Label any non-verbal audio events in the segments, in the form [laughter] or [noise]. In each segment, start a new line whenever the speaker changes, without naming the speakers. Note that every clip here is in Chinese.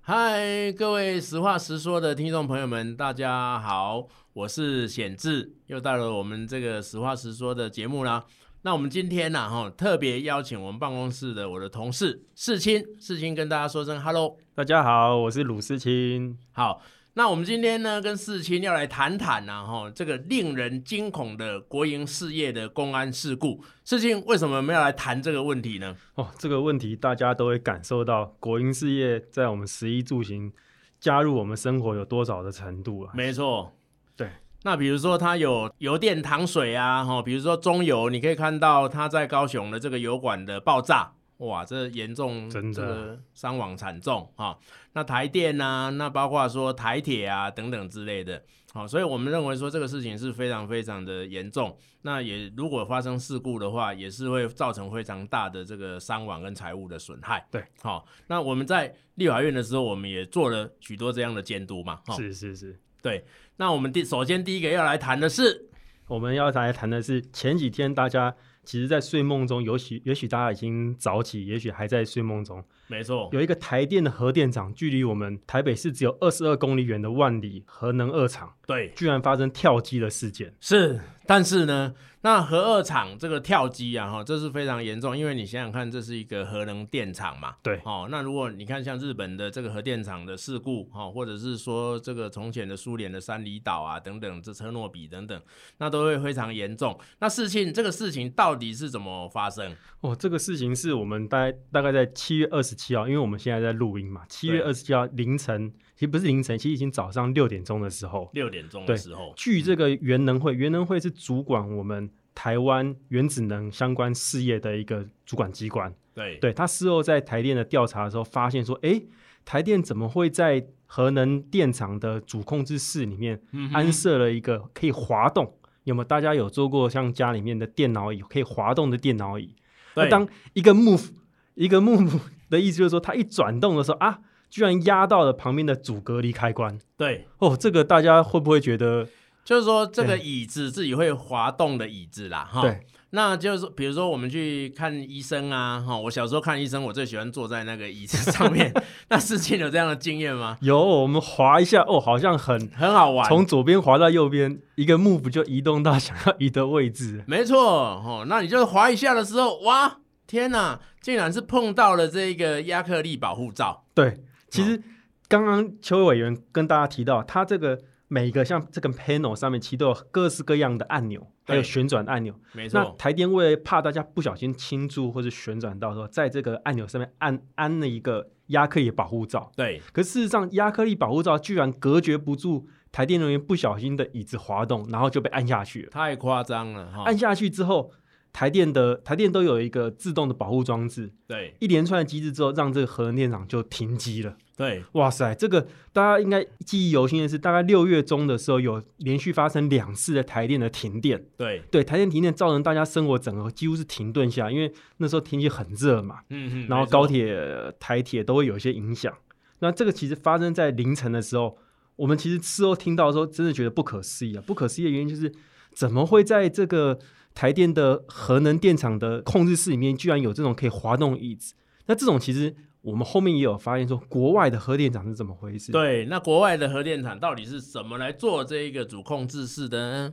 嗨，各位实话实说的听众朋友们，大家好，我是显志，又到了我们这个实话实说的节目啦。那我们今天呢、哈，特别邀请我们办公室的我的同事世清，世清跟大家说声 hello。
大家好，我是鲁思清。
好，那我们今天呢，跟世清要来谈谈呢、啊，哈，这个令人惊恐的国营事业的公安事故。世清为什么我们要来谈这个问题呢？
哦，这个问题大家都会感受到，国营事业在我们十一住行加入我们生活有多少的程度啊？
没错，
对。
那比如说，它有油电糖水啊，哈、比如说中油，你可以看到它在高雄的这个油管的爆炸，哇，这严重，
真的
这个伤亡惨重啊、那台电啊，那包括说台铁啊等等之类的，好、所以我们认为说这个事情是非常非常的严重。那也如果发生事故的话，也是会造成非常大的这个伤亡跟财务的损害。
对，
好、那我们在立法院的时候，我们也做了许多这样的监督嘛，哈、
是是是，
对，那我们第首先第一个要来谈的是，
我们要来谈的是前几天大家其实，在睡梦中，也许也许大家已经早起，也许还在睡梦中，
没错，
有一个台电的核电厂，距离我们台北市只有二十二公里远的万里核能二厂，
对，
居然发生跳机的事件。
是，但是呢，那核二厂这个跳机啊，哈，这是非常严重，因为你想想看，这是一个核能电厂嘛，
对
哦，那如果你看像日本的这个核电厂的事故，哈、或者是说这个从前的苏联的三里岛啊等等，这车诺比等等，那都会非常严重。那事情这个事情到底是怎么发生？
哦，这个事情是我们大概大概在七月二十七号，因为我们现在在录音嘛，七月二十七号凌晨，其实不是凌晨，其实已经早上六点钟的时候，
六点钟的时候，
据这个原能会，原能会是主管我们台湾原子能相关事业的一个主管机关。
对
对他事后在台电的调查的时候，发现说，诶，台电怎么会在核能电厂的主控制室里面安设了一个可以滑动？有没有大家有做过像家里面的电脑椅可以滑动的电脑椅？那
对，
当一个 move 一个 move [laughs] 的意思就是说，它一转动的时候啊，居然压到了旁边的主隔离开关。
对，
哦，这个大家会不会觉得
就是说这个
对
椅子自己会滑动的椅子啦，哈，
对？
那就是说比如说我们去看医生啊，哈，我小时候看医生，我最喜欢坐在那个椅子上
[laughs]
面。那事情有这样的经验吗？
有，我们滑一下，哦，好像很
很好玩，
从左边滑到右边，一个 move 就移动到想要移的位置。
没错，哦，那你就是滑一下的时候，哇，天哪，竟然是碰到了这个亚克力保护罩，
对，其
啊
实刚刚邱委员跟大家提到，它这个每个像这个 panel 上面其实都有各式各样的按钮，还有
对
旋转按钮。
没
那
错，
台电为了怕大家不小心倾注或者旋转到的时候，在这个按钮上面按安了一个亚克力保护罩。
对，
可事实上，亚克力保护罩居然隔绝不住台电人员不小心的椅子滑动，然后就被按下去了。
太夸张了哈，
按下去之后，台电的台电都有一个自动的保护装置，
对
一连串的机制之后，让这个核能电厂就停机了。
对，
哇塞，这个大家应该记忆犹新的是，大概六月中的时候有连续发生两次的台电的停电，
对，
对台电停电造成大家生活整个几乎是停顿下来，因为那时候天气很热嘛，
嗯嗯，
然
没
后
错
高铁、呃台铁都会有一些影响。那这个其实发生在凌晨的时候，我们其实事后听到的时候，真的觉得不可思议啊！不可思议的原因就是，怎么会在这个台电的核能电厂的控制室里面，居然有这种可以滑动椅子？那这种其实我们后面也有发现说，国外的核电厂是怎么回事？，
对，那国外的核电厂到底是怎么来做这一个主控制式的呢？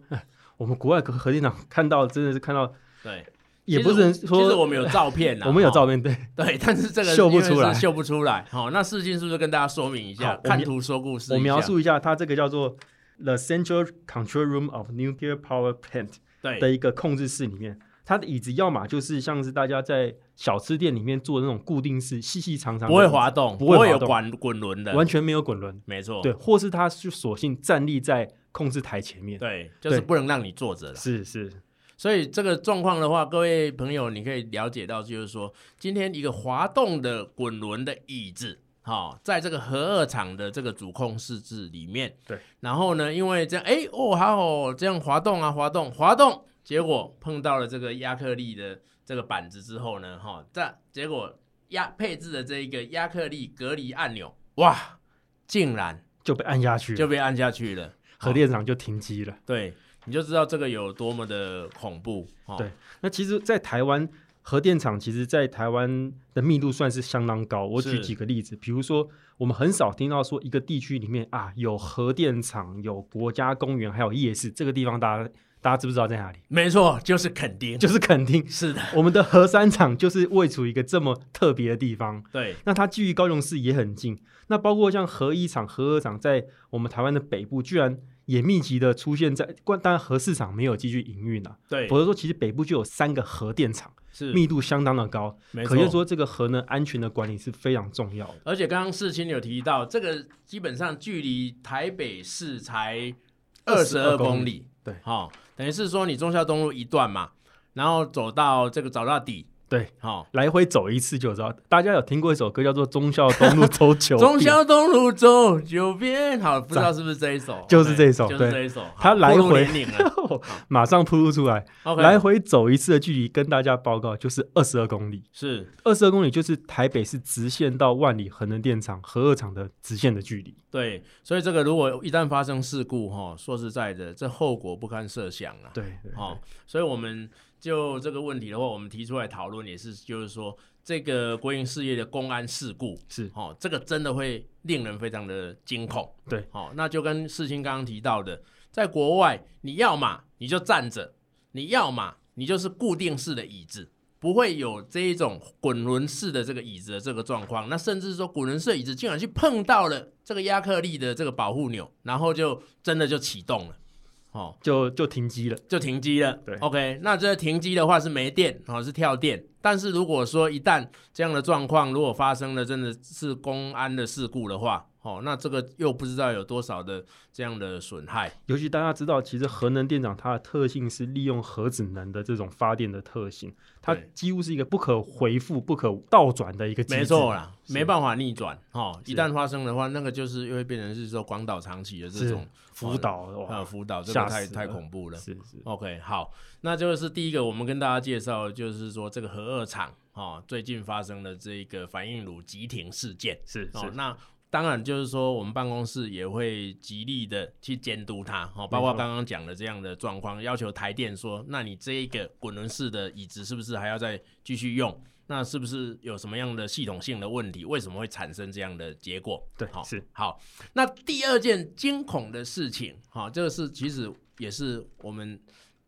我们国外核核电厂看到真的是看到，
对，
也
其
不
实
能
其实
说
我们有啊照片啦，
[laughs] 我们有
哈
照片对。
对，但是这个
秀不
因为是
出来
秀不出来。好、那事情是不是跟大家说明一下
好？我
看
描
图说故事一下，
我描述一下，它这个叫做 The Central Control Room of Nuclear Power Plant
对
的一个控制室里面，它的椅子要么就是像是大家在小吃店里面坐的那种固定式，细细长长的，
不会滑动，
不会滑
有
动
滚滚轮的，哦
完全没有滚轮，
没错，
对，或是它就索性站立在控制台前面，
对就是
对
不能让你坐着了。
是是，
所以这个状况的话，各位朋友，你可以了解到，就是说，今天一个滑动的滚轮的椅子。好、在这个核二厂的这个主控室制里面，
对，
然后呢，因为这样，哎，哦，好好，这样滑动啊，滑动，滑动，结果碰到了这个亚克力的这个板子之后呢，哈、这结果压配置的这一个亚克力隔离按钮，哇，竟然
就被按下去
就
了，
被按下去了，
核电厂就停机了。
对，你就知道这个有多么的恐怖，哦、
对那其实，在台湾。核电厂其实在台湾的密度算是相当高。我举
是
几个例子，比如说我们很少听到说一个地区里面啊有核电厂、有国家公园、还有夜市，这个地方大家大家知不知道在哪里？ [laughs]
没错，就是肯定，
就是垦丁。
是的，
我们的核三厂就是位处一个这么特别的地方，
对，
那它距离高雄市也很近。那包括像核一厂、核二厂，在我们台湾的北部，居然也密集的出现在。关当然核市场没有继续营运了、
对，
否则说其实北部就有三个核电厂，
是
密度相当的高，
没
可见
错。
说这个核能安全的管理是非常重要的。
而且刚刚世青有提到，这个基本上距离台北市才二十
22
二
公
公
里
里，
对
好、等于是说你忠孝东路一段嘛，然后走到这个走到底，
对，
好、
来回走一次就知道。大家有听过一首歌叫做《忠孝东路走九遍》，
忠孝东路走九遍，好，不知道是不是这一首？
[laughs] 就是这一首
对就
对
是这一首。
他
好
来
步入
回
年龄
[laughs]
了
[laughs] 马上铺露出来，
，OK，
来回走一次的距离，跟大家报告就是二十二公里。
是
二十二公里就是台北市直线到万里核能电厂核二厂的直线的距离。
对，所以这个如果一旦发生事故，哈、说实在的，这后果不堪设想啊。
对，对
哦，所以我们就这个问题的话，我们提出来讨论也是，就是说这个国营事业的公安事故，
是
哦，这个真的会令人非常的惊恐。
对，
哦，那就跟世青刚刚提到的，在国外，你要嘛你就站着，你要嘛你就是固定式的椅子。不会有这一种滚轮式的这个椅子的这个状况，那甚至说滚轮式的椅子竟然去碰到了这个亚克力的这个保护钮，然后就真的就启动了，哦，
就就停机了。
就停机了。
对
，OK，那这停机的话是没电，哦，是跳电。但是如果说一旦这样的状况如果发生了，真的是公安的事故的话，哦，那这个又不知道有多少的这样的损害。
尤其大家知道，其实核能电厂它的特性是利用核子能的这种发电的特性，它
对
几乎是一个不可回复、不可倒转的一个机制。
没错啦，
是
没办法逆转哦。
是
一旦发生的话，那个就是又会变成是说广岛、长崎的这种
福岛哇，
呃福岛，这
吓
个
死
太太
了
恐怖了。
哦是是
OK，好，那就是第一个，我们跟大家介绍，就是说这个核二厂哦，最近发生的这个反应炉急停事件。
是是
哦，那当然就是说，我们办公室也会极力的去监督它，哦，包
没
括
错
刚刚讲的这样的状况，要求台电说，那你这一个滚轮式的椅子是不是还要再继续用？那是不是有什么样的系统性的问题？为什么会产生这样的结果？
对
好、
是
好。那第二件惊恐的事情，哈、这个是其实也是我们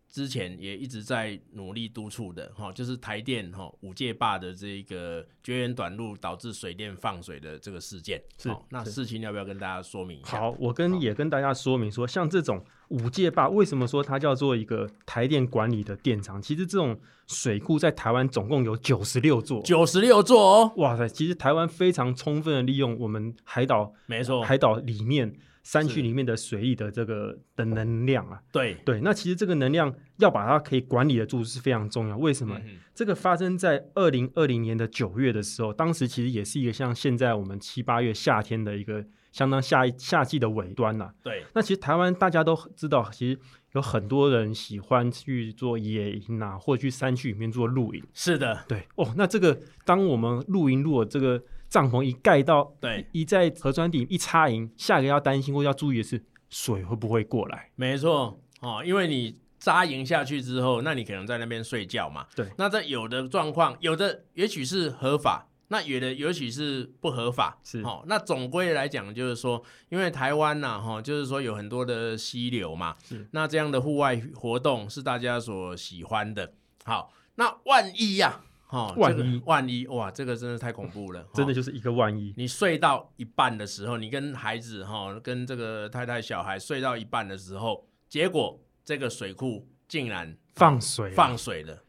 之前也一直在努力督促的哈、就是台电哈、五界坝的这个绝缘短路导致水电放水的这个事件。
是
好那
是
事情要不要跟大家说明一下？，
好，我跟也跟大家说明说，像这种五界坝，为什么说它叫做一个台电管理的电厂？其实这种水库在台湾总共有九十六座。
九十六座哦，
哇塞！其实台湾非常充分的利用我们海岛、
没错，
海岛里面、山区
哦是
里面的水力的这个的能量啊。
对，
对，那其实这个能量要把它可以管理得住是非常重要。为什么？
嗯哼
这个发生在二零二零年的九月的时候，当时其实也是一个像现在我们七八月夏天的一个相当夏夏季的尾端呐、
对，
那其实台湾大家都知道，其实有很多人喜欢去做野营啊，或者去山区里面做露营。
是的，
对哦，那这个当我们露营如果这个帐篷一盖到，
对，
一在河川底一插营，下一个要担心或要注意的是水会不会过来。
没错哦，因为你扎营下去之后，那你可能在那边睡觉嘛。
对
那在有的状况，有的也许是合法，那有的也许是不合法。
是
哦，那总归来讲，就是说，因为台湾呐、哈、就是说有很多的溪流嘛
是，
那这样的户外活动是大家所喜欢的。好，那万一呀、哦，
万
这个
一
万一哇，这个真的太恐怖
[laughs]
了，
真的
哦
就是一个万一，
你睡到一半的时候，你跟孩子哈，跟这个太太、小孩睡到一半的时候，结果这个水库竟然
放水啊
放水了，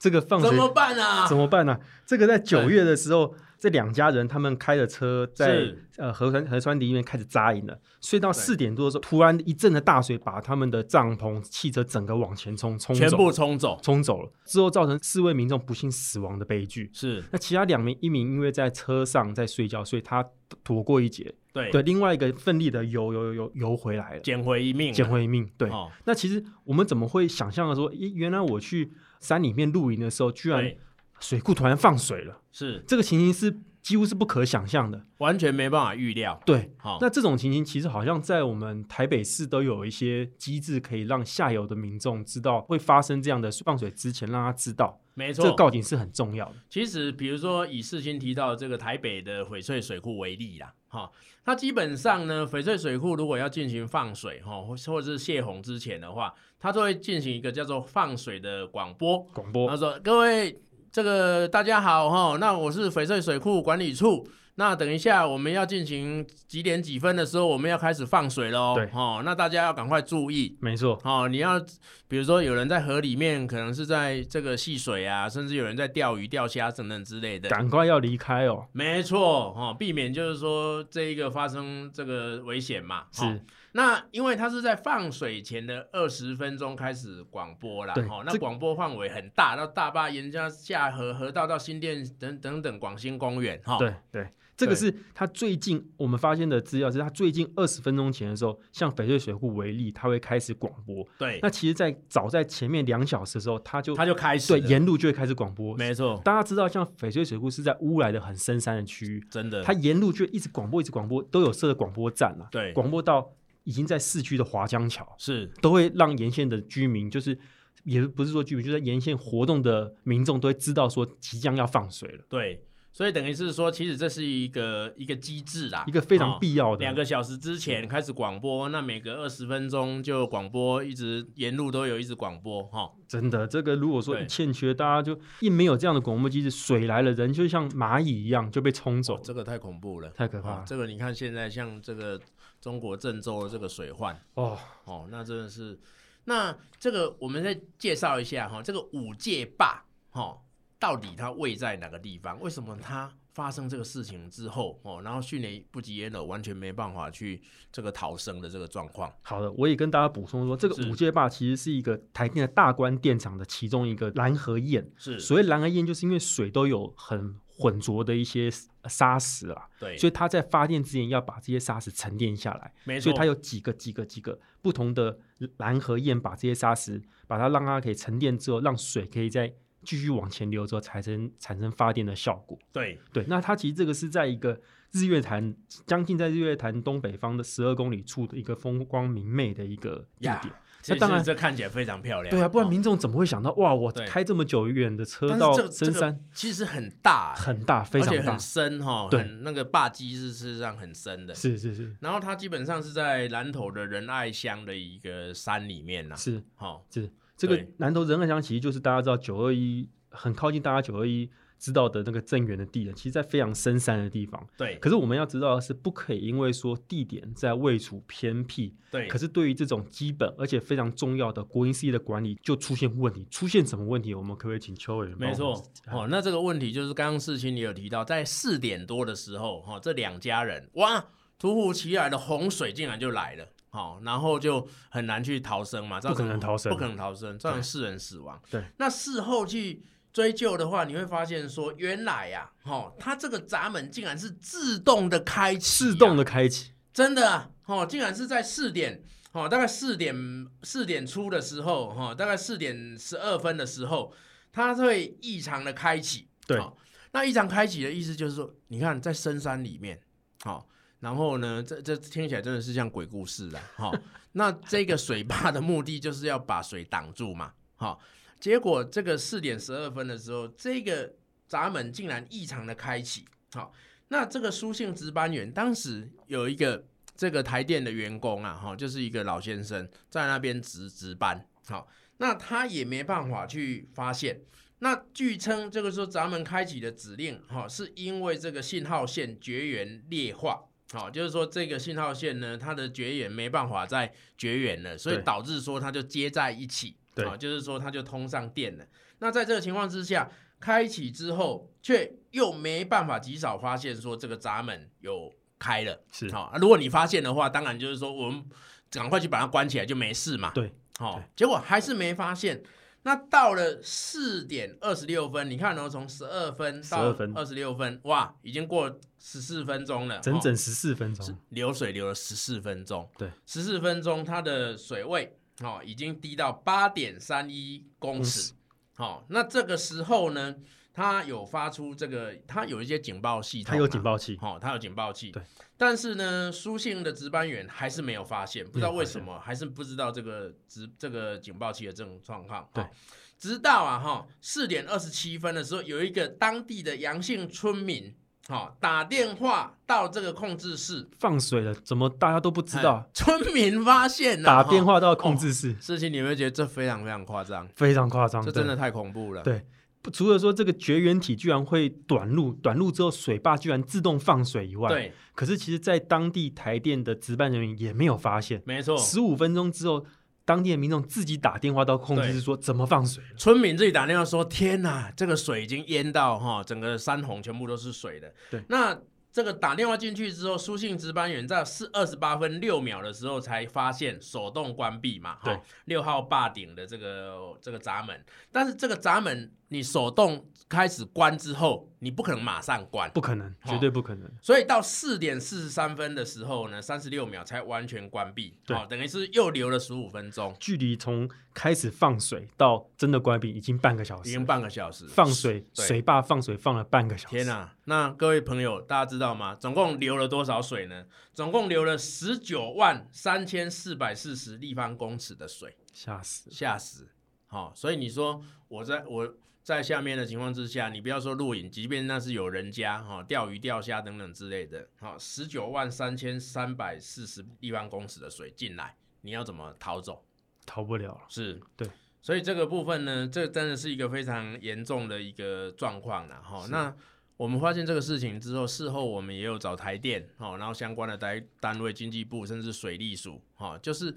这个哎放水
怎么办啊
怎？么办呢、这个在九月的时候，这两家人他们开着车在
是
呃河川河川里面开始扎营了，睡到
对
四点多的时候，突然一阵的大水把他们的帐篷、汽车整个往前冲，冲
全
走，
部冲走，
冲走了，之后造成四位民众不幸死亡的悲剧。
是
那其他两名，一名因为在车上在睡觉，所以他躲过一劫，
对，
对，另外一个奋力的游游游游游回来了，
捡回一命啊，
捡回一命，对。
哦，
那其实我们怎么会想象的说，诶原来我去山里面露营的时候，居然
对，
水库突然放水了？
是
这个情形是几乎是不可想象的。
完全没办法预料。
对，
好，
那这种情形其实好像在我们台北市都有一些机制，可以让下游的民众知道会发生这样的放水之前，让他知道
没
这个
错。
告警是很重要的。
其实，比如说以事先提到这个台北的翡翠水库为例啦，哈、那基本上呢，翡翠水库如果要进行放水哈，或、或者是泄洪之前的话，它都会进行一个叫做放水的广播。
广
他
播
说：“各位，这个大家好哈，那我是翡翠水库管理处。那等一下我们要进行几点几分的时候，我们要开始放水喽。
对
哦，那大家要赶快注意。
没错，
哦，你要比如说有人在河里面，可能是在这个戏水啊，甚至有人在钓鱼、钓虾等等之类的。
赶快要离开哦。
没错，哦，避免就是说这一个发生这个危险嘛。
是、
哦那因为它是在放水前的二十分钟开始广播啦，
对
哦，那
这
广播范围很大，到大坝、沿江下河、河道到新店等等等广兴公园，哈、哦，
对对，这个
对
是他最近我们发现的资料，是他最近二十分钟前的时候，像翡翠水库为例，他会开始广播。
对，
那其实在，早在前面两小时的时候，他就
它就开始
对
了，
沿路就会开始广播。
没错，
大家知道，像翡翠水库是在乌来的很深山的区域，
真的，
它沿路就一直广播，一直广播，都有设的广播站啊，
对，
广播到已经在市区的华江桥，
是
都会让沿线的居民，就是也不是说居民，就在沿线活动的民众都会知道说即将要放水了，
对，所以等于是说，其实这是一个一个机制啦，
一个非常
哦
必要的。
两个小时之前开始广播，那每隔二十分钟就广播，一直沿路都有一直广播哈、
真的，这个如果说
对
一欠缺，大家就一没有这样的广播机制，水来了，人就像蚂蚁一样就被冲走
哦，这个太恐怖了，
太可怕
哦
了。
这个你看现在像这个中国郑州的这个水患
哦，
哦，那真的是，那这个我们再介绍一下哈、这个五界坝哈、到底它位在哪个地方？为什么它发生这个事情之后哦，然后迅雷不及掩耳，完全没办法去这个逃生的这个状况？
好的，我也跟大家补充说，这个
是
五界坝其实是一个台电的大关电厂的其中一个蓝河堰。
是
所谓蓝河堰，就是因为水都有很混浊的一些沙石啊，
对，
所以它在发电之前要把这些沙石沉淀下来，
没
所
错，
以它有几个几个几个不同的蓝河堰把这些沙石，把它让它可以沉淀之后，让水可以再继续往前流之后，产生产生发电的效果。
对
对，那它其实这个是在一个日月潭将近在日月潭东北方的十二公里处的一个风光明媚的一个地
呀
点。
其实
当然
这看起来非常漂亮。
对啊，不然
哦
民众怎么会想到哇？我
对
开这么久远的车
但是
到
这个
深山，
其实很大、欸
很大，非
而
常
且
大
很，深哈，
对
很那个坝基是事实上很深的。
是是是
然后它基本上是在南投的仁爱乡的一个山里面呐、
是
好，
是，这个
啊对
南投仁爱乡其实就是大家知道九二一很靠近大家九二一知道的那个震源的地点，其实在非常深山的地方。
对
可是我们要知道的是，不可以因为说地点在位处偏僻，
对
可，是对于这种基本而且非常重要的国营事业的管理，就出现问题。出现什么问题？我们可不可以请邱委员？
没错。哦，那这个问题就是刚刚事情也有提到，在四点多的时候，哈、哦，这两家人哇，突如其来的洪水竟然就来了。好，然后就很难去逃生嘛，造成
不可能逃生
不可能逃生，造成四人死亡。
对，
那事后去追究的话，你会发现说，原来呀、哦，它这个闸门竟然是自动的开启、啊
自动的开启，
真的啊，哦，竟然是在四点，哦，大概四点四点出的时候，哈、哦，大概四点十二分的时候，它会异常的开启。
对
哦那异常开启的意思就是说，你看在深山里面，好、然后呢，这这听起来真的是像鬼故事啦，哈、那这个水坝的目的就是要把水挡住嘛，好、结果这个四点十二分的时候，这个闸门竟然异常的开启，好、那这个书信值班员当时有一个这个台电的员工啊，哈、就是一个老先生在那边值值班，好、那他也没办法去发现。那据称，这个时候闸门开启的指令，哈、是因为这个信号线绝缘劣化，好、就是说这个信号线呢，它的绝缘没办法再绝缘了，所以
对
导致说它就接在一起，
对
啊，就是说它就通上电了。那在这个情况之下，开启之后却又没办法及早发现说这个闸门有开了，
是
好、啊如果你发现的话，当然就是说我们赶快去把它关起来就没事嘛，
对，
好、
对
结果还是没发现。那到了四点二十六分，你看哦，从十二分到
12分
二十六分，哇，已经过十四分钟了，
整
哦
整十四分
是
钟，
流水流了十四分钟，
对，
十四分钟它的水位哦已经低到八点三一公
公
尺
尺，
好、哦，那这个时候呢，它有发出这个，它有一些警报系统、
它有警，报器，
哦，它有警报器。
对，
但是呢，苏姓的值班员还是没有发现，不知道为什么，还是不知道这个值这个警报器的这种状况。
对
哦直到啊哈四点二十七分的时候，有一个当地的杨姓村民。好、打电话到这个控制室，
放水了，怎么大家都不知道
哎？哦村民发现了啊
打
哈
电话到控制室，
事情，你有没有觉得这非常非常夸张？
非常夸张，
这真
对
的太恐怖了。
对不除了说这个绝缘体居然会短路，短路之后水坝居然自动放水以外，，
对，
可是其实，在当地台电的值班人员也没有发现，
没错，
十五分钟之后，当地的民众自己打电话到控制室说怎么放水了，
村民自己打电话说：“天哪，这个水已经淹到哈，整个山洪全部都是水的。”
对，
那这个打电话进去之后，苏姓值班员在四二十八分六秒的时候才发现手动关闭嘛，
对
哈，六号坝顶的这个这个闸门，但是这个闸门你手动开始关之后，你不可能马上关，
不可能，
哦
绝对不可能，
所以到四点四十三分的时候呢，三十六秒才完全关闭，
对
哦，等于是又留了十五分钟，
距离从开始放水到真的关闭已经半个小
已
时
经
了，
半个小时，
放水
对
水坝放水放了半个小时，
天呐，那各位朋友，大家知道吗？总共流了多少水呢？总共流了十九万三千四百四十立方公尺的水，
吓死了！
吓死！好、所以你说我在我在下面的情况之下，你不要说录影，即便那是有人家哈、钓鱼、钓虾等等之类的，好、1十九万三千三百四十立方公尺的水进来，你要怎么逃走？
逃不了了。
是，
对。
所以这个部分呢，这真的是一个非常严重的一个状况了哈。那我们发现这个事情之后，事后我们也有找台电哈，然后相关的单单位、经济部甚至水利署哈，就是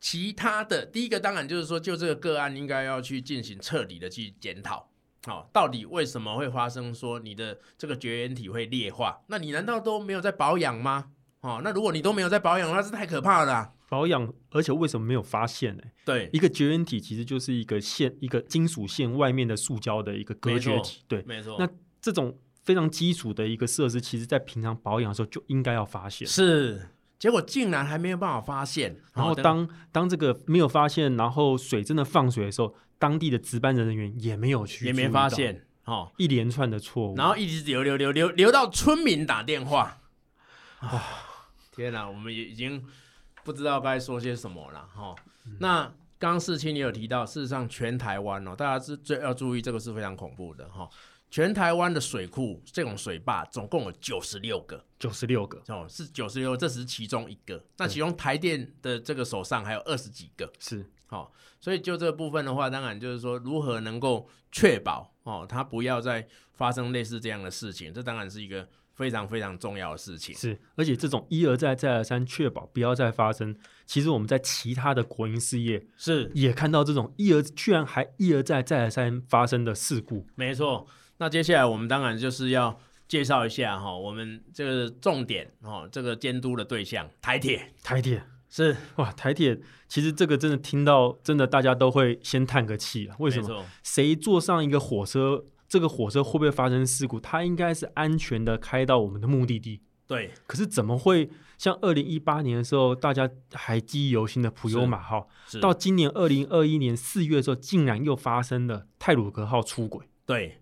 其他的第一个当然就是说，就这个个案应该要去进行彻底的去检讨。好、到底为什么会发生说你的这个绝缘体会裂化？那你难道都没有在保养吗？哦，那如果你都没有在保养，那是太可怕了啊、
保养，而且为什么没有发现呢？
对，
一个绝缘体其实就是一个线，一个金属线外面的塑胶的一个隔绝
没错
体。对，
没错。
那这种非常基础的一个设施，其实在平常保养的时候就应该要发现。
是，结果竟然还没有办法发现。
然后
哦等
当当这个没有发现，然后水真的放水的时候，当地的值班人员也没有去，
也没发，现，哦，
一连串的错误。
然后一直流流流流流到村民打电话。啊，天哪，我们也已经不知道该说些什么了哈、哦
嗯
那刚刚世青也有提到，事实上全台湾哦，大家是最要注意，这个是非常恐怖的哈、哦全台湾的水库这种水坝总共有九十六个
九十六个
哦，是九十六，这只是其中一个。那其中台电的这个手上还有二十几个，
是
好、所以就这部分的话，当然就是说如何能够确保哦，它不要再发生类似这样的事情，这当然是一个非常非常重要的事情。
是，而且这种一而再再而三确保不要再发生，其实我们在其他的国营事业
是，
也看到这种一而居然还一而再再而三发生的事故。
没错。那接下来我们当然就是要介绍一下哈、我们这个重点哦，这个监督的对象台铁
台铁
是
哇，台铁其实这个真的听到，真的大家都会先叹个气啊。为什
没
么？
错
谁坐上一个火车，这个火车会不会发生事故？它应该是安全的开到我们的目的地。
对，
可是怎么会像二零一八年的时候，大家还记忆犹新的普悠马号，
是
到今年二零二一年四月的时候，竟然又发生了泰鲁格号出轨。 [laughs]
对，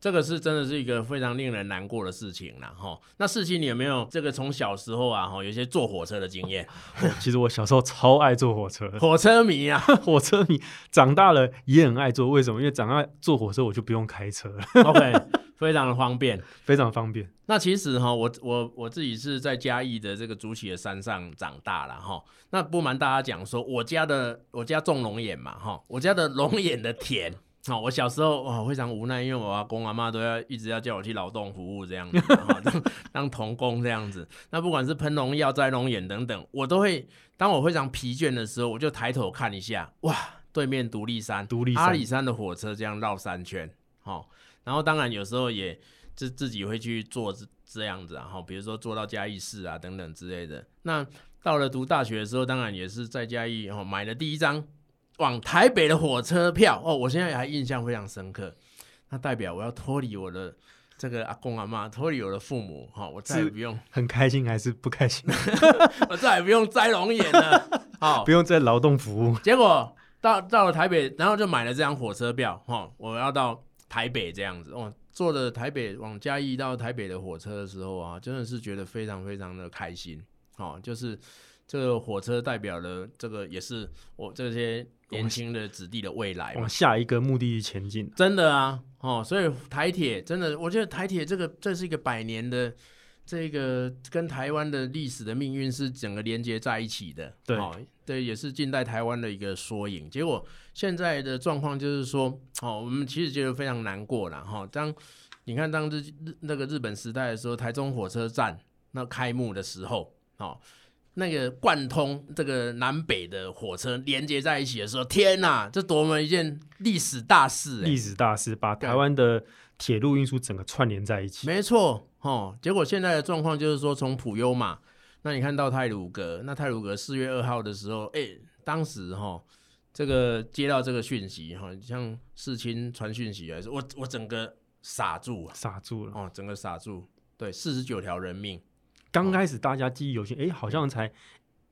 这个是真的是一个非常令人难过的事情啦。哈。那世情你有没有这个从小时候啊哈，有些坐火车的经
[laughs]
验？
其实我小时候超爱坐火车的， [laughs]
火车迷啊，
火车迷，长大了也很爱坐。为什么？因为长大坐火车我就不用开车了， [laughs]
OK，非常的方便。
非常方便。
那其实哈，我我我自己是在嘉义的这个竹崎的山上长大了哈。那不瞒大家讲说，我家的我家种龙眼嘛哈，我家的龙眼的田。 [laughs] 哦，我小时候哇非常无奈，因为我阿公阿妈都要一直要叫我去劳动服务这样子，
[laughs]
哈，当当童工这样子。那不管是喷农药、摘龙眼等等，我都会当我非常疲倦的时候，我就抬头看一下，哇，对面独立山，
独立
阿
山
里山的火车这样绕三圈，哦，然后当然有时候也自自己会去做这这样子、啊，然后比如说做到嘉义市啊等等之类的。那到了读大学的时候，当然也是在嘉义哦买了第一张往台北的火车票哦，我现在还印象非常深刻。那代表我要脱离我的这个阿公阿妈，脱离我的父母哈、哦，我再也
是
不用
很开心还是不
[laughs]
开心？
我再也不用摘龙眼了。好
不，用再劳动服务。
[laughs] 结果到到了台北，然后就买了这张火车票，哈，我要到台北这样子，哦，坐了台北往嘉义到台北的火车的时候啊，真的是觉得非常非常的开心。哦，就是这个火车代表了这个也是我这些年轻的子弟的未来嘛
往。下一个目的地前进。
真的啊，哦，所以台铁真的，我觉得台铁这个这是一个百年的这个跟台湾的历史的命运是整个连接在一起的，
对
哦，对，也是近代台湾的一个缩影。结果现在的状况就是说，哦，我们其实觉得非常难过了哈、哦。当你看当日日那个日本时代的时候，台中火车站那开幕的时候，哦。那个贯通这个南北的火车连接在一起的时候，天哪，这多么一件历史大事、欸！
历史大师把
对
台湾的铁路运输整个串联在一起。
没错，哦，结果现在的状况就是说，从普悠嘛，那你看到泰鲁格，那泰鲁格四月二号的时候，哎、当时哈、哦，这个接到这个讯息哈、哦，像世青传讯息来说，我我整个傻住啊，
傻住了！
哦，整个傻住，对，四十九条人命，
刚开始大家记忆犹新，哎，好像才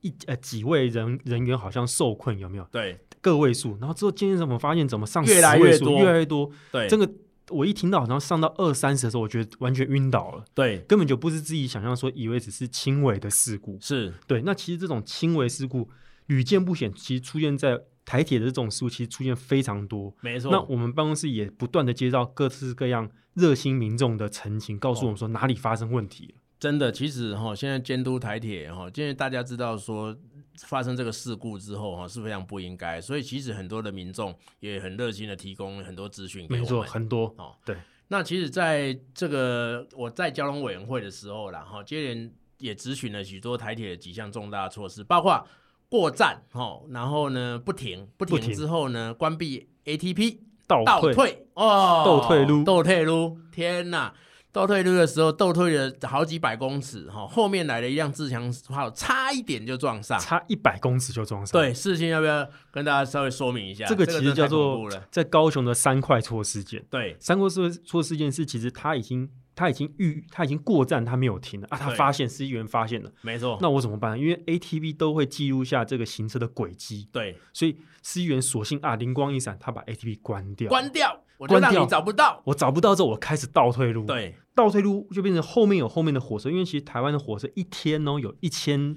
一呃几位人人员好像受困，有没有
对
个位数？然后之后渐渐怎么发现，怎么上
越来
10位
越
数
多
越来越多。
对
这个我一听到好像上到二三十的时候，我觉得完全晕倒了，
对
根本就不是自己想象说以为只是轻微的事故。
是，
对，那其实这种轻微事故屡见不鲜，其实出现在台铁的这种事故，其实出现非常多。
没
那
错，
我们办公室也不断的接到各式各样热心民众的陈情，告诉我们说哪里发生问题了。
真的，其实哈、哦，现在监督台铁哈、哦，现在大家知道说。发生这个事故之后，哈是非常不应该，所以其实很多的民众也很热心的提供很多资讯给
没
我
错，
们。
很多
哦，
对，
那其实，在这个我在交通委员会的时候啦，哈，接连也咨询了许多台铁的几项重大措施，包括过站，哈，然后呢不停不
不
停
停
之后呢关闭 ATP
倒
倒
退，
退哦，
倒退路
倒退路，天哪！倒退路的时候，倒退了好几百公尺，哈，后面来了一辆自强号，差一点就撞上。
差一百公尺就撞
啊 [laughs]
上。，
对，事情要不要跟大家稍微说明一下？
这
个
个其实
真的
叫
太恐
做
怖了
在高雄的三块错事件。
对
三块错错事件是其实他已经他已经预他已经过站，他没有停了啊，他
对哦
发现司机员发现了，
没错，
那我怎么办？因为 ATV 都会记录下这个行车的轨迹，
对，
所以司机员索性啊灵光一闪，他把 ATV 关掉。
关掉，我就让
关
你
掉嗯
找不到。
我找不到之后，我开始倒退路。。
对，
倒退路就变成后面有后面的火车，因为其实台湾的火车一天哦有一千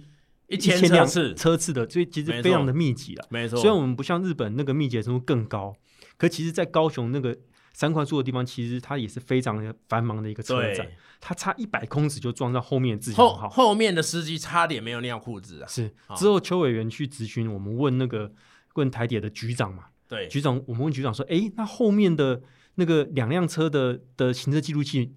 一千
1000
车
辆
次，
车次的，所以其
没
实
错
非常的密集啊了。
没错。
虽然我们不像日本那个密集的程度更高，可其实，在高雄那个三块柱的地方，其实它也是非常的繁忙的一个车站
对，
它差一百公尺就撞到后面的自
后
行号。
后面的司机差点没有尿裤子啊！
是
好
之后邱委员去咨询，我们问那个问台铁的局长嘛，
对，
局长，我们问局长说，诶，那后面的那个两辆车的的行车记录器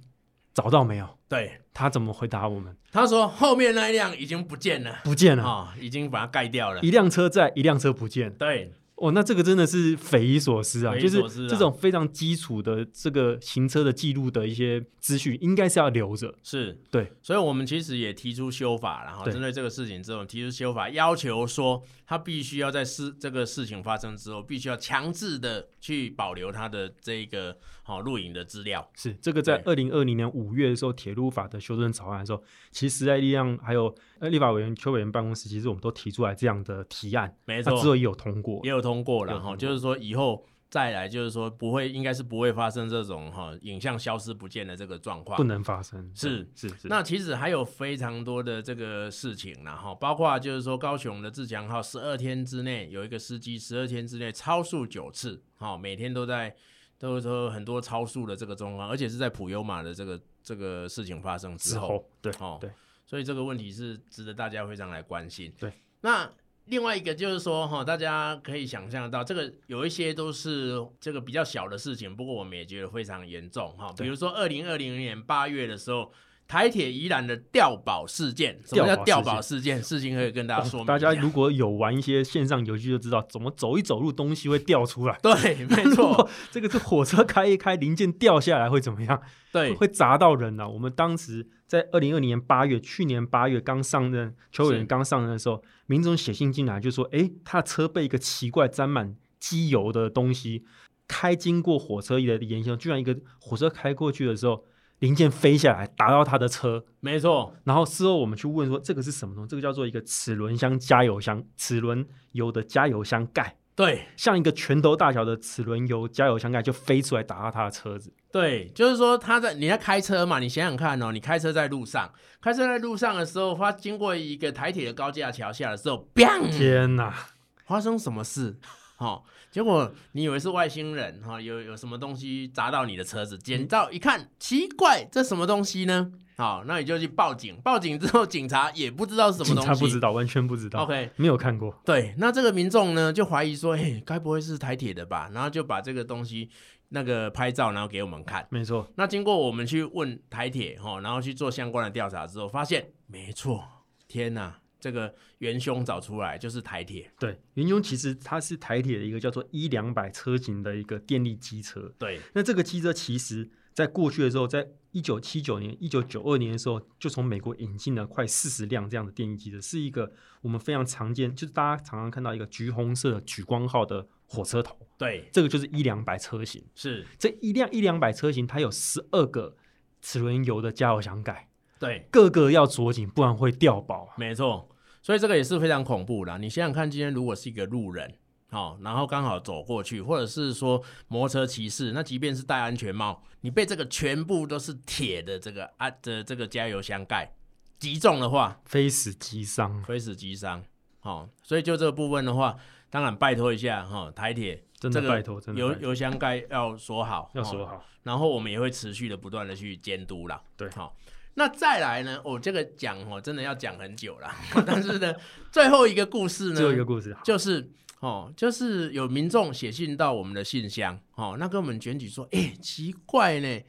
找到没有？
对，
他怎么回答我们？
他说后面那一辆已经不见了
不见了。
啊、已经把它盖掉了。
嗯一辆车在，一辆车不见。
对，
哦，那这个真的是匪夷所思啊！
匪夷
就
所思
是
啊
这种非常基础的这个行车的记录的一些资讯，应该是要留着。
是，
对，
所以我们其实也提出修法，然后
对
针对这个事情之后提出修法，要求说他必须要在事这个事情发生之后，必须要强制的去保留他的这个好、哦、录影的资料。
是这个在二零二零年五月的时候，铁路法的修正草案的时候，其实时代力量还有呃立法委员邱委员办公室，其实我们都提出来这样的提案，
没
那
错，
之后也有通过
也。有通过
啊有
了
通
哈，
过
就是说以后再来，就是说不会，应该是不会发生这种哈影像消失不见的这个状况
不。能发生，
是
是是。
那其实还有非常多的这个事情啦，哈，包括就是说高雄的自强号十二天之内有一个司机十二天之内超速九次，哈，每天都在都说很多超速的这个状况，而且是在普悠玛的这个这个事情发生
之后对
哦，
对，
所以这个问题是值得大家非常来关心。
对，
那另外一个就是说哈，大家可以想象到，这个有一些都是这个比较小的事情，不过我们也觉得非常严重哈。比
对
如说二零二零年八月的时候。台铁宜兰的掉宝事件，什么
掉
叫掉
宝事件
宝事件？事情可以跟大家说明一下、
大家如果有玩一些线上游戏，就知道怎么走一走路东西会掉出来。
对，没
如
错
果，这个是火车开一开，零件掉下来会怎么样？
对，
会砸到人啊呢、我们当时在二零二零年八月，去年八月刚上任，邱委
是
员刚上任的时候，民众写信进来就说：“诶，他的车被一个奇怪沾满机油的东西开经过火车的沿线，居然一个火车开过去的时候，零件飞下来打到他的车。”
没错，
然后事后我们去问说这个是什么东西？这个叫做一个齿轮箱加油箱，齿轮油的加油箱盖。
对
像一个拳头大小的齿轮油加油箱盖就飞出来打到他的车子。
对，就是说他在你在开车嘛，你想想看哦，你开车在路上，开车在路上的时候，发经过一个台铁的高架桥下的时候，biang，
天哪！
发生什么事？哦，结果你以为是外星人哈、哦，有有什么东西砸到你的车子，捡到一看，奇怪，这什么东西呢？好、那你就去报警，报警之后警察也不知道是什么
警
东
察
西，
不知道，完全不知道
OK，
没有看过。
对，那这个民众呢就怀疑说，嘿，该不会是台铁的吧？然后就把这个东西那个拍照，然后给我们看。
没错，
那经过我们去问台铁哈，然后去做相关的调查之后，发现没错，天哪，这个元凶找出来就是台铁。
对，云庸其实它是台铁的一个叫做一两百车型的一个电力机车。
对，
那这个汽车其实在过去的时候，在一九七九年、一九九二年的时候，就从美国引进了快四十辆这样的电力汽车，是一个我们非常常见，就是大家常常看到一个橘红色的莒光号的火车头，
对，
这个就是一两百车型。
是，
这一辆一两百车型，它有十二个齿轮油的加油箱盖，
对，
各个要着紧，不然会掉保啊。
没错。所以这个也是非常恐怖啦。你想想看，今天如果是一个路人，好、然后刚好走过去，或者是说摩托车骑士，那即便是戴安全帽，你被这个全部都是铁的这个啊的这个加油箱盖击中的话，
非死即伤，
非死即伤。好、所以就这个部分的话，当然拜托一下哈、台铁
真的
这个
拜托，真的
油
拜托
油箱盖要锁好，
要说
哦
好，
然后我们也会持续的不断的去监督啦。
对
好、那再来呢？我、哦、这个讲哦，真的要讲很久啦。 [laughs] 但是呢，最后一个故事
最后一
呢
个，故事，好
就是哦，就是有民众写信到我们的信箱哦，那跟我们检举说，哎，奇怪呢，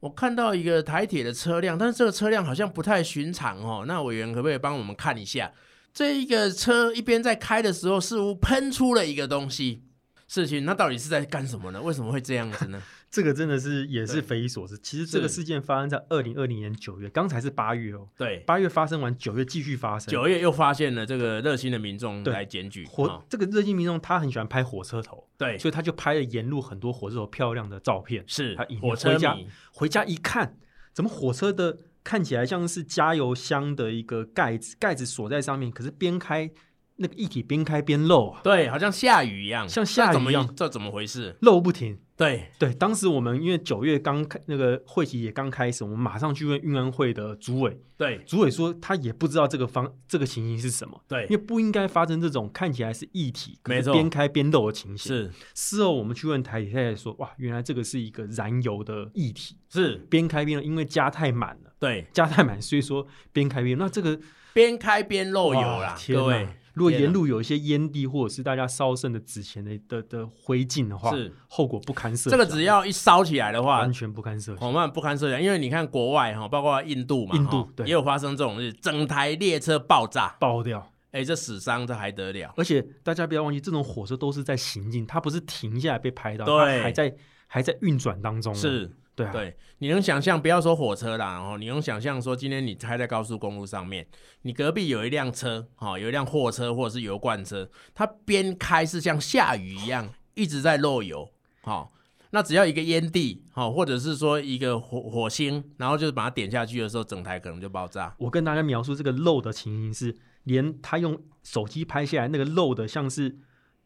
我看到一个台铁的车辆，但是这个车辆好像不太寻常哦。那委员可不可以帮我们看一下？这一个车一边在开的时候，似乎喷出了一个东西。事情那到底是在干什么呢？为什么会这样子
[laughs]
呢？
这个真的是也
对
是匪夷所思。其实这个
是
事件发生在二零二零年九月，刚才是八月哦，
对，
八月发生完，九月继续发生。
九月又发现了这个热心的民众
对
来检举，
火、
哦
这个热心民众他很喜欢拍火车头，
对
所以他就拍了沿路很多火车头漂亮的照片。
是
他引
火
回
车
家
迷，
回家一看，怎么火车的看起来像是加油箱的一个盖子，盖子锁在上面，可是边开那个液体边开边漏啊，
对，好像下雨一样，
像下
这
雨
怎么
一样
这怎么回事？
漏不停。
对，
对，当时我们因为九月刚开那个会期也刚开始，我们马上去问运安会的主委，
对
主委说他也不知道这个方这个情形是什么，因
对
为不应该发生这种看起来是液体，可是
没错
边开边漏的情形。
是
事后我们去问台铁，他也说哇，原来这个是一个燃油的液体，
是，
边开边漏，因为加太满了，
对，
加太满，所以说边开边漏。那这个
边开边漏油
哇
啦，
天
各位
哪如果
天哪
沿路有一些烟蒂或者是大家烧剩的纸钱的的的灰烬的话，
是
后果不堪设
这个
想
只要一烧起来的话
完。全不堪设想。
恐怕不堪设想，因为你看国外哈，包括印度嘛，
印度
哈
对
也有发生这种事，整台列车爆炸，
爆掉！
哎，这死伤这还得了？
而且大家不要忘记，这种火车都是在行进，它不是停下来被拍到，
对
它还在还在运转当中哦。
是，
对啊，
对，你能想象，不要说火车啦，然哦后你能想象说，今天你开在高速公路上面，你隔壁有一辆车，哈、有一辆货车或者是油罐车，它边开是像下雨一样一直在漏油，好、那只要一个烟蒂，好、或者是说一个火火星，然后就是把它点下去的时候，整台可能就爆炸。
我跟大家描述这个漏的情形是，连他用手机拍下来那个漏的，像是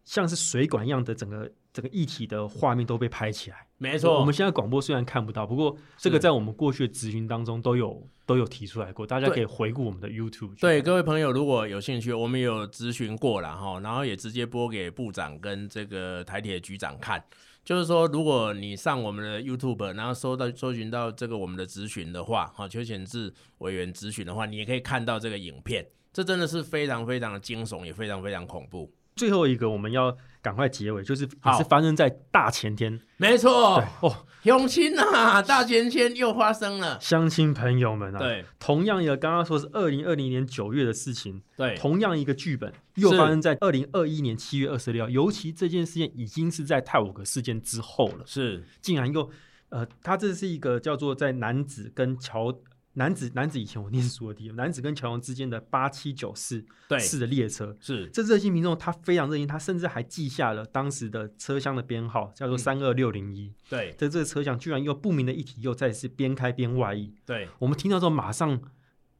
像是水管一样的整个整个一体的画面都被拍起来。
没
没我们现在广播虽然看不到，不过这个在我们过去的咨询当中都有都有提出来过，大家
对
可以回顾我们的 YouTube 去。
对各位朋友，如果有兴趣，我们有咨询过了哈，然后也直接播给部长跟这个台铁局长看。就是说，如果你上我们的 YouTube，然后搜到搜寻到这个我们的咨询的话，哈，邱显志委员咨询的话，你也可以看到这个影片。这真的是非常非常的惊悚，也非常非常恐怖。
最后一个我们要赶快结尾，就是也
好
是发生在大前天。
没错
对，哦，
永清啊，大前天又发生了。
乡亲朋友们啊，
对
同样的，刚刚说是二零二零年九月的事情，
对
同样一个剧本又
是
发生在二零二一年七月二十六，尤其这件事件已经是在泰晤格事件之后了，
是，
竟然又呃，它这是一个叫做在男子跟乔男子男子以前我念书的地方，男子跟乔王之间的八七九四
对
次的列车。
是
这热心民众他非常热心，他甚至还记下了当时的车厢的编号，叫做
嗯
三二六零一。
对
在这个车厢居然又不明的一体又再次边开边外溢，
对
我们听到之后，马上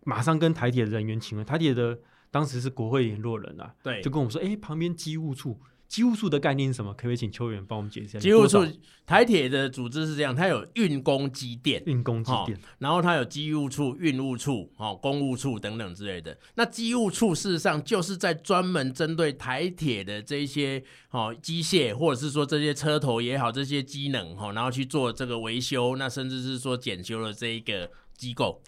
马上跟台铁人员请问，台铁的当时是国会联络人啊，
对
就跟我们说，哎、旁边机务处机务处的概念是什么？可不可以请邱员帮我们解释一下？
机务处
有多少
台铁的组织是这样，它有运工机电，
运工机
好
电，
然后它有机务处、运务处、哦公务处等等之类的。那机务处事实上就是在专门针对台铁的这些哦机械，或者是说这些车头也好，这些机能哦，然后去做这个维修，那甚至是说检修的这一个机构。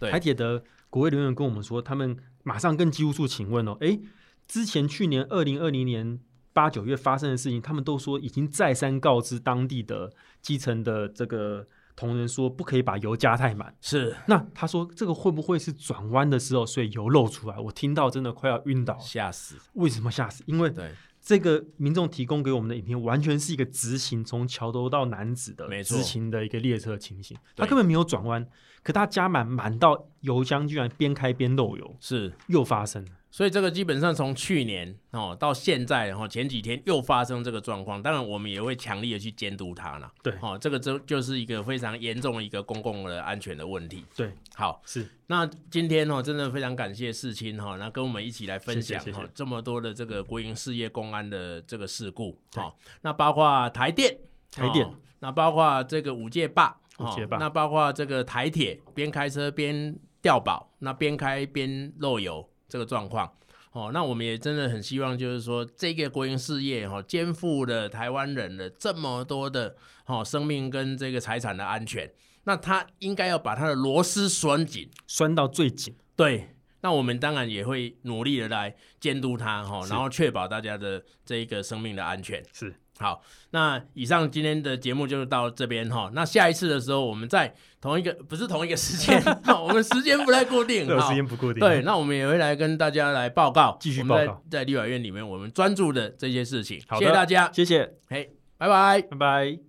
对
台铁的国会留言跟我们说，他们马上跟机务处请问哦，诶，之前去年二零二零年八九月发生的事情，他们都说已经再三告知当地的基层的这个同仁说，不可以把油加太满。
是
那他说这个会不会是转弯的时候，所以油漏出来？我听到真的快要晕倒了。
吓死，
为什么吓死？因为
对，
这个民众提供给我们的影片，完全是一个直行从桥头到南子的
没错
直行的一个列车情形，
对
它根本没有转弯，可它加满满到油箱居然边开边漏油，
是。
又发生了。
所以这个基本上从去年哦到现在哦前几天又发生这个状况，当然我们也会强力的去监督它啦。
对
哦，这个就就是一个非常严重的一个公共的安全的问题。
对，
好，
是
那今天哦真的非常感谢世青哈、哦，那跟我们一起来分享
谢谢谢
哦
谢
这么多的这个国营事业公安的这个事故哦，那包括台电，
台电
哦那包括这个五界坝，
五界坝
那包括这个台铁边开车边掉宝，那边开边漏油这个状况。哦，那我们也真的很希望，就是说这个国营事业哦，肩负了台湾人的这么多的哦生命跟这个财产的安全，那他应该要把他的螺丝拴紧。
拴到最紧，
对，那我们当然也会努力的来监督他哈、哦，
是
然后确保大家的这一个生命的安全。
是
好，那以上今天的节目就到这边哈。那下一次的时候，我们在同一个不是同一个时
[laughs]
间，哈我们时间不太固定，
这个
哈
时间不固定。
对，，那我们也会来跟大家来报告，
继续
我们在
报告
在立法院里面我们专注的这些事情。
好
谢
的
谢大家，
谢谢，
嘿，拜拜。
拜拜。